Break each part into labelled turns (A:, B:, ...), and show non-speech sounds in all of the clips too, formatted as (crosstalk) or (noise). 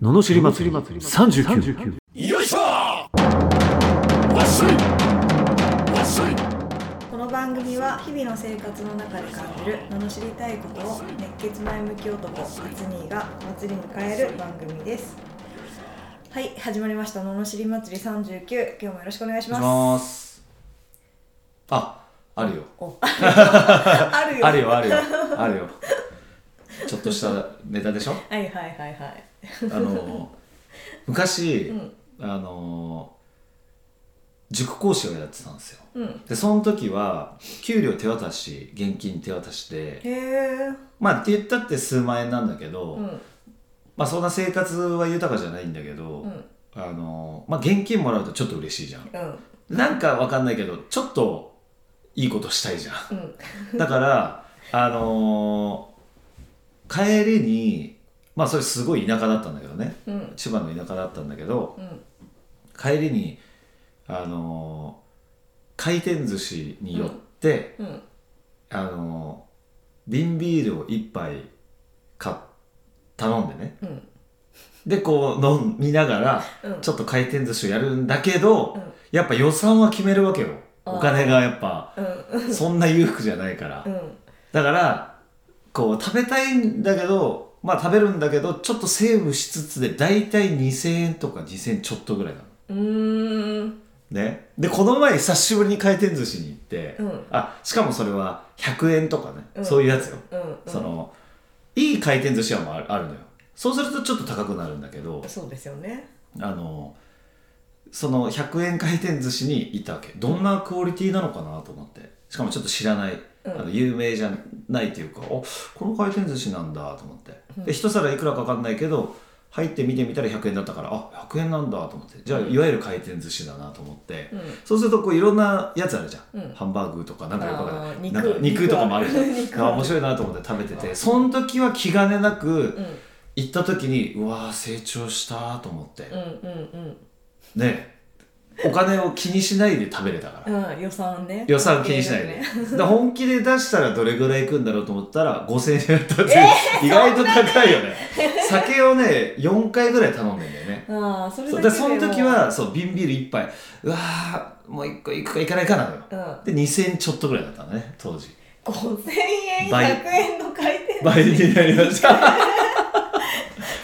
A: ののしり祭り39
B: よいしょわっしょいわっしょい
C: この番組は日々の生活の中で感じる罵りたいことを熱血前向き男アツニーがお祭りに変える番組ですはい始まりました罵り祭り39今日もよろしくお願いし
D: し
C: ます
D: ます。あ、あるよ。
C: おあるよ
D: あるよ、あるよ
C: は。
D: あるよ。ちょっとしたネタでしょ
C: いはいはいはい
D: あ
C: (laughs)
D: の、昔、
C: うん
D: あの、塾講師をやってたんですよ。
C: うん
D: で、その時は、給料手渡し、現金手渡し
C: へ
D: で、
C: え
D: まあって言ったって数万円なんだけど、
C: うん
D: まあそんな生活は豊かじゃないんだけど、
C: うん
D: あの、まあ現金もらうとちょっと嬉しいじゃん。
C: うん
D: なんかわかんないけど、ちょっといいことしたいじゃ
C: (laughs)
D: ん。
C: うん
D: だから、あのー帰りに、まあそれすごい田舎だったんだけどね、
C: うん
D: 千葉の田舎だったんだけど、
C: うん
D: 帰りに、あのー回転寿司によって、
C: うん
D: あのー瓶ビールを一杯買っ頼んでね。
C: うん
D: で、こう飲みながら、
C: うん
D: ちょっと回転寿司をやるんだけど、
C: うん
D: やっぱ予算は決めるわけよ。
C: あー
D: お金がやっぱ、
C: うん
D: そんな裕福じゃないから
C: う。ん
D: だからこう食べたいんだけどまあ食べるんだけどちょっとセーブしつつで大体2000円とか2000円ちょっとぐらいなの
C: うーん
D: ねでこの前久しぶりに回転寿司に行って、
C: うん
D: あしかもそれは100円とかね、
C: うん
D: そういうやつよ、
C: うんうん
D: そのいい回転寿司屋もあるあるのよそうするとちょっと高くなるんだけど
C: そうですよね
D: あのその100円回転寿司に行ったわけどんなクオリティなのかなと思ってしかもちょっと知らない、
C: うん
D: あの有名じゃないというかおこの回転寿司なんだと思って、
C: うん
D: で一皿いくらかわかんないけど入って見てみたら100円だったからあ100円なんだと思ってじゃあいわゆる回転寿司だなと思って、
C: うん
D: そうするとこういろんなやつあるじゃん、
C: うん
D: ハンバーグとかなんかよくわかんな
C: あー
D: い
C: 肉
D: なんか肉とかもあるじゃん
C: (laughs) 肉
D: あー面白いなと思って食べててその時は気兼ねなく
C: うん
D: 行った時にうわー成長したと思って、
C: うんうん
D: ねお金を気にしないで食べれたから、
C: うんうん予算ね
D: 予算気にしないで,、で本気で出したらどれぐらいいくんだろうと思ったら5000円だったっていう、意外と高いよね酒をね4回ぐらい頼んでんだよね
C: ああそれ
D: そう
C: だ
D: で
C: け
D: その
C: でも
D: 時はそう瓶ビール1杯うわーもう1個いくかいかないかなのよ
C: うん
D: で2000円ちょっとぐらいだったのね当時
C: 5000円
D: 倍
C: 100円の回転
D: 倍になりま
C: (laughs)
D: した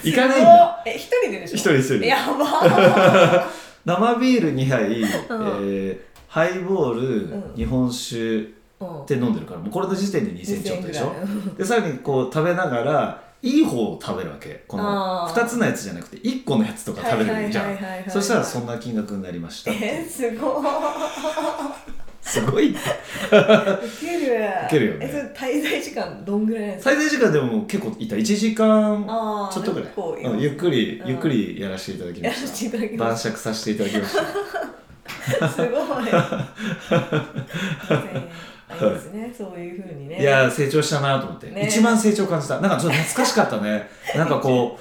D: いかないんだ
C: え一人ででしょ
D: 一人一人で
C: や
D: (laughs)
C: ば
D: 生ビール2杯、え
C: ん
D: ーハイボール、
C: うん
D: 日本酒
C: うん
D: って飲んでるからもうこれの時点で2000ちょっとでしょ
C: 2000ぐらい
D: でさらにこう食べながらいい方を食べるわけこの
C: あー
D: 2つのやつじゃなくて1個のやつとか食べるじゃ
C: はいはいはいはいは
D: ん
C: い
D: そしたらそんな金額になりましたって
C: えすごい
D: すごいね
C: ウケるウ
D: ケるよね
C: えそれ滞在時間どんぐらいなんですか
D: 最大時間でも結構いた1時間
C: ああ
D: ちょっとぐらい
C: 結構
D: うんゆっくり
C: うん
D: ゆっくりやらせていただきま
C: (laughs) やらせてい
D: した
C: だきま
D: 晩
C: し
D: 酌させていただきました
C: たすごい5000円いいですねそういうふうにね
D: いやー成長したなと思って、
C: ね
D: 一番成長感じたなんかちょっと懐かしかったね (laughs) なんかこ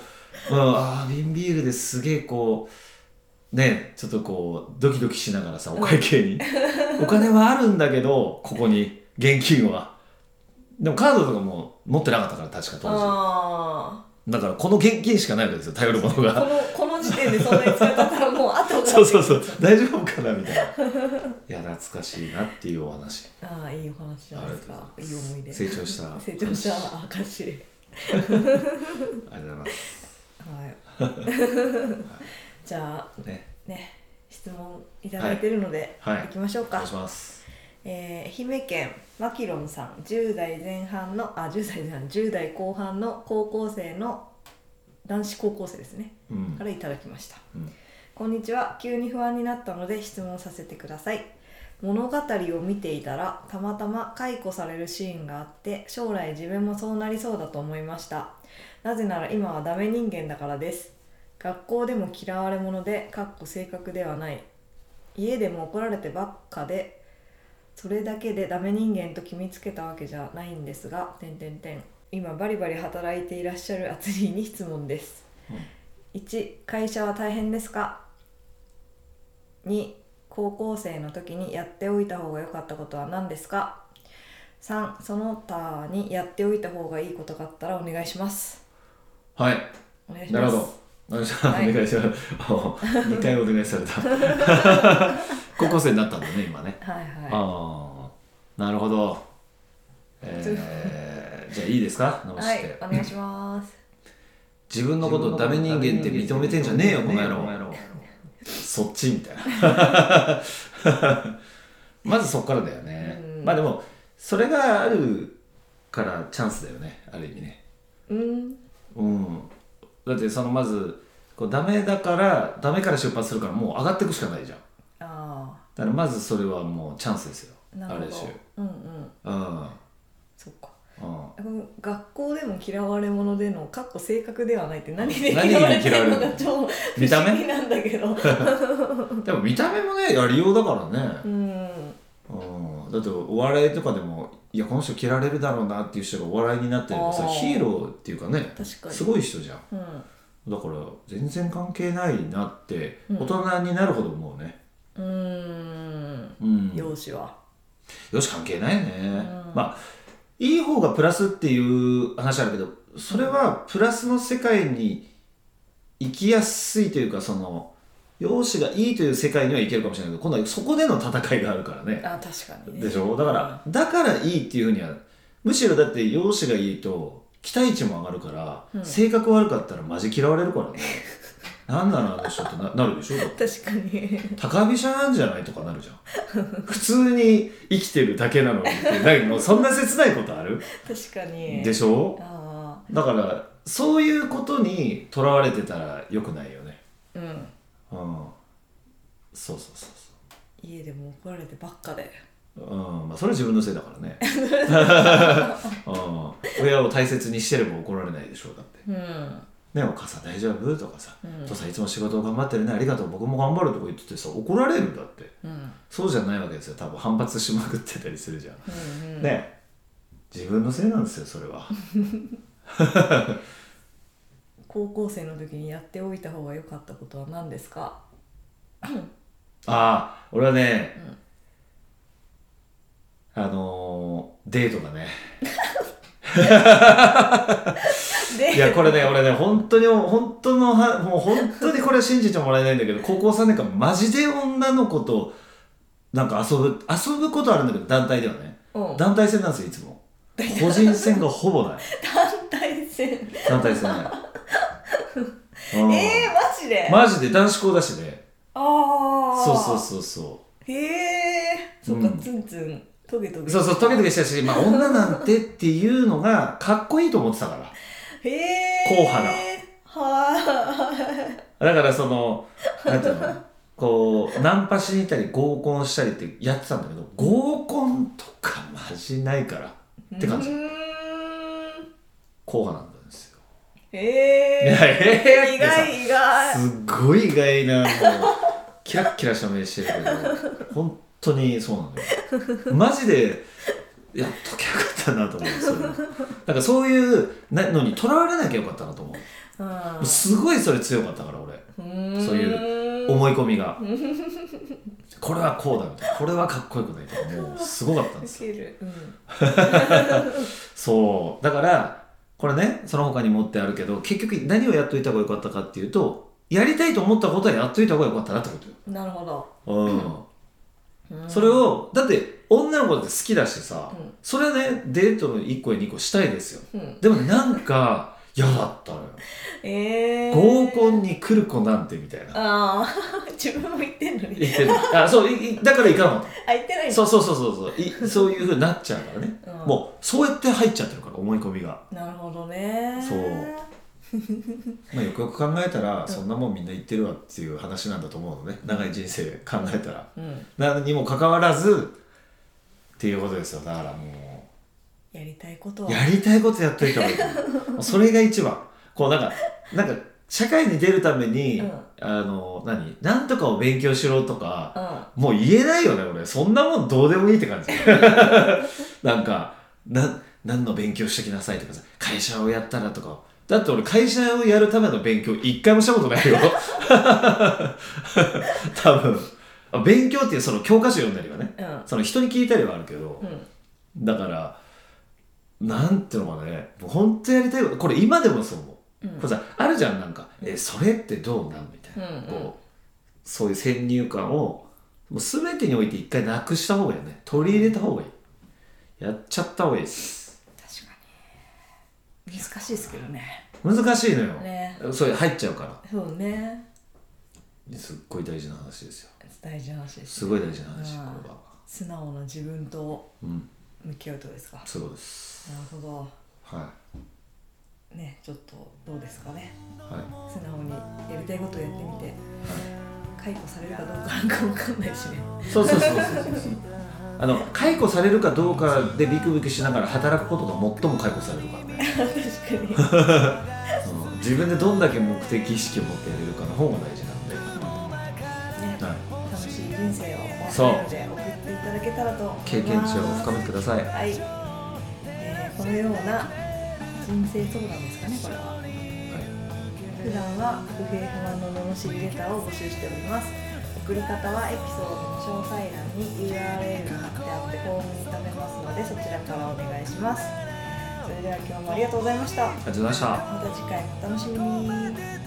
D: う、うん、ああ瓶ビールですげえこうねちょっとこうドキドキしながらさお会計
C: (laughs)
D: にお金はあるんだけどここに現金はでもカードとかも持ってなかったから確か当時
C: あ
D: だからこの現金しかないわけですよ頼るもの
C: あこ
D: が
C: のこの時点でそんなに使っちゃったらもう後
D: (laughs)
C: が
D: そうそうそう大丈夫かなみたいないや懐かしいなっていうお話
C: ああいいお話じゃないですか
D: あ
C: い
D: りがと
C: い
D: うございます
C: 思い出
D: 成長した
C: 成長した証
D: ありがとうございます
C: はい (laughs) じゃあ
D: ね
C: ね質問いただいてるので、
D: はいはい
C: 行きましょう
D: お願
C: か
D: いし、ます
C: えー愛媛県マキロンさん10代前半のあ10代じゃない10代後半の高校生の男子高校生ですね
D: うん
C: からいただきました、
D: うん
C: こんにちは急に不安になったので質問させてください物語を見ていたらたまたま解雇されるシーンがあって将来自分もそうなりそうだと思いましたなぜなら今はダメ人間だからです学校でも嫌われ者でかっこ性格ではない家でも怒られてばっかでそれだけでダメ人間と決めつけたわけじゃないんですが点点点今バリバリ働いていらっしゃるアツリーに質問です1会社は大変ですか2高校生の時にやっておいた方が良かったことは何ですか3その他にやっておいた方がいいことがあったらお願いします
D: はい
C: お願いし
D: なる
C: ま
D: ほ
C: す
D: どあじゃあ、
C: はい
D: お願いします。2回お願いされた。
C: (laughs)
D: 高校生になったんだね、今ね。
C: はいは
D: ああ、なるほど。えー、じゃあいいですか
C: い
D: 直
C: は
D: して、
C: いお願いします
D: 自分のことダメ人間って認めてんじゃねえよ、この野郎。そっちみたいな。
C: (laughs)
D: まずそっからだよね。
C: うん
D: まあでも、それがあるからチャンスだよね、ある意味ね。
C: うん
D: うん、だってそのまずこうダメだからダメから出発するからもう上がっていくしかないじゃん
C: あ
D: だからまずそれはもうチャンスですよ
C: あな
D: あ
C: る
D: る
C: ほ
D: 種
C: どうんうん
D: うんうん
C: そっか学校でも嫌われ者でのかっこ性格ではないって何で
D: 何に
C: 嫌われて
D: 嫌わ
C: るの
D: れて
C: か
D: る
C: 超不
D: 見た
C: 思議
D: 目
C: なんだけ
D: (laughs)
C: ど
D: でも見た目もねやりようだから
C: う
D: ね、
C: ん
D: うん、だってお笑いとかでもいやこの人嫌われるだろうなっていう人がお笑いになってればさ
C: あー
D: ヒーローっていうかね
C: 確かに
D: すごい人じゃん
C: うん
D: だから全然関係ないなって
C: うん
D: 大人になるほど思うね、
C: うーん
D: うん、
C: 容姿は
D: よし関係ないね、
C: うん
D: まあいい方がプラスっていう話あるけどそれはプラスの世界に行きやすいというかその容姿がいいという世界には行けるかもしれないけど今度はそこでの戦いがあるからね
C: あ確かにね
D: でしょだからだからいいっていうふうにはむしろだって容姿がいいと期待値も上がるから、
C: うん
D: 性格悪かったらマジ嫌われるからねなんなのあの人ってななるでしょだって
C: 確かに
D: 高飛車なんじゃないとかなるじゃん (laughs) 普通に生きてるだけなのにってだけどそんな切ないことある
C: 確かに
D: でしょ
C: あ
D: だからそういうことにとらわれてたらよくないよね
C: あうん
D: うんそうそうそう
C: 家でも怒られてばっかで
D: そううんまあそれは自分のせいだからね、
C: (laughs)
D: うん、親を大切にしてれば怒られないでしょうだって
C: うん
D: ねお母さん大丈夫とかさ、
C: うん
D: お父さんいつも仕事を頑張ってるねありがとう僕も頑張るとか言っててさ怒られるんだって
C: うん
D: そうじゃないわけですよ多分反発しまくってたりするじゃん
C: うんうん
D: ね自分のせいなんですよそれは
C: 高校生の時にやっておいた方が良かったことは何ですか
D: ああ俺はね、あのーデートだね
C: で
D: いやこれ
C: (laughs)
D: ね俺ね本当に本当のはもう本当にこれは信じてもらえないんだけど高校3年間マジで女の子となんか遊ぶ遊ぶことあるんだけど団体ではね
C: うん団
D: 団体戦なんですよいつも個人戦がほぼない
C: 体戦
D: 団体戦
C: (laughs)
D: ないうん
C: えー、マジで、
D: マジで男子校だしね
C: ああ
D: そうそうそうそう
C: へえそっか、
D: うん
C: ツンツントゲトゲ
D: そうそう、トゲトゲしたし、まあ、女なんてっていうのが、かっこいいと思ってたか
C: へえ
D: 硬派だ
C: は
D: ら。だから、その、なんていうのこう、ナンパしに行ったり、合コンしたりってやってたんだけど、合コンとかマジないから、
C: ー
D: って感じ
C: うーん
D: 硬派なんですよ。
C: へ
D: いや
C: え
D: えー
C: 意外意外
D: すっごい意外な、もう、キラッキラした目してるけど、本当にそうなんだよ。マジで、やっときゃよかったなと思う、それはだからそういうなのにとらわれなきゃよかったなと思う。
C: うん
D: すごいそれ強かったから、俺。そう
C: い
D: 思い込みがこれはこうだみたいなこれはかっこよくないとかもうすごかったん
C: (laughs)
D: ですよ
C: 受ける、うん、
D: そうだからこれねその他に持ってあるけど結局何をやっといた方がよかったかっていうとやりたいと思ったことはやっといた方がよかったなってことよ
C: なるほど、、
D: うん
C: うん
D: それをだって女の子って好きだしさ、
C: うん
D: それはねデートの1個や2個したいですよ
C: うん、
D: でもなんか嫌だったのよ
C: えー、
D: 合コンに来る子なんてみたいな
C: ああ (laughs) 自分も言ってんのに
D: 言ってるあそういいだから行かなかった
C: あ言ってない
D: そうそうそうそうそういそういうふうになっちゃうからね、
C: うん
D: もうそうやって入っちゃってるから思い込みが、
C: うなるほどね
D: そうまあ、よくよく考えたらそんなもんみんな言ってるわっていう話なんだと思うのね長い人生考えたら
C: うん
D: 何にもかかわらずっていうことですよだからも
C: やりたいこと
D: う
C: は
D: やりたいことやっといた方がいい (laughs) もうそれが一番こうなんかなんか社会に出るために、
C: うん
D: あの何なんとかを勉強しろとか、
C: うん
D: もう言えないよね俺そんなもんどうでもいいって感じ (laughs) なんかな何の勉強してきなさいとかさ会社をやったらとかだって俺会社をやるための勉強一回もしたことないよ (laughs) 多分あ勉強っていうその教科書読んだりはね
C: うん
D: その人に聞いたりはあるけど、
C: うん
D: だからなんていうのかねもう本当やりたいことこれ今でもそう思う
C: うん
D: これさあるじゃんなんか「えそれってどうなん?」みたいな、
C: うんうん
D: こうそういう先入観をもう全てにおいて一回なくした方がいいよね取り入れた方がいいやっちゃった方がいいです
C: 確かに難しいですけどね
D: 難しいのよ、
C: ね
D: それ入っちゃうか
C: そうね
D: らすっごい大事な話ですよ
C: 大事な話です
D: すごい大事な話
C: うん
D: これは
C: 素直な自分と
D: うん
C: 向き合うってことですか
D: そうです
C: なるほど
D: は
C: ねちょっとどうですかね
D: いは
C: 素直にやりたいことをやってみて解雇されるかどうかなんかわかんないしね
D: いそうそうそうそうそうそうあの解雇されるかどうかでビクビクしながら働くことが最も解雇されるからね
C: 確か
D: うん自分でどんだけ目的意識を持ってやれるかの方が大事なんで、
C: にね
D: は
C: 楽しい人生を
D: そう
C: お二人で送っていただけたらと思いま
D: い、
C: す
D: 経験値を深めてください
C: はい、えーこのような人生相談ですかねこれは普段は不平不満の罵りレターを募集しております送り方はエピソードの詳細欄に URL が貼ってあってフォームに留めますのでそちらからお願いしますそれでは今日もありがとうございました
D: ありがとうございました
C: また次回お楽しみに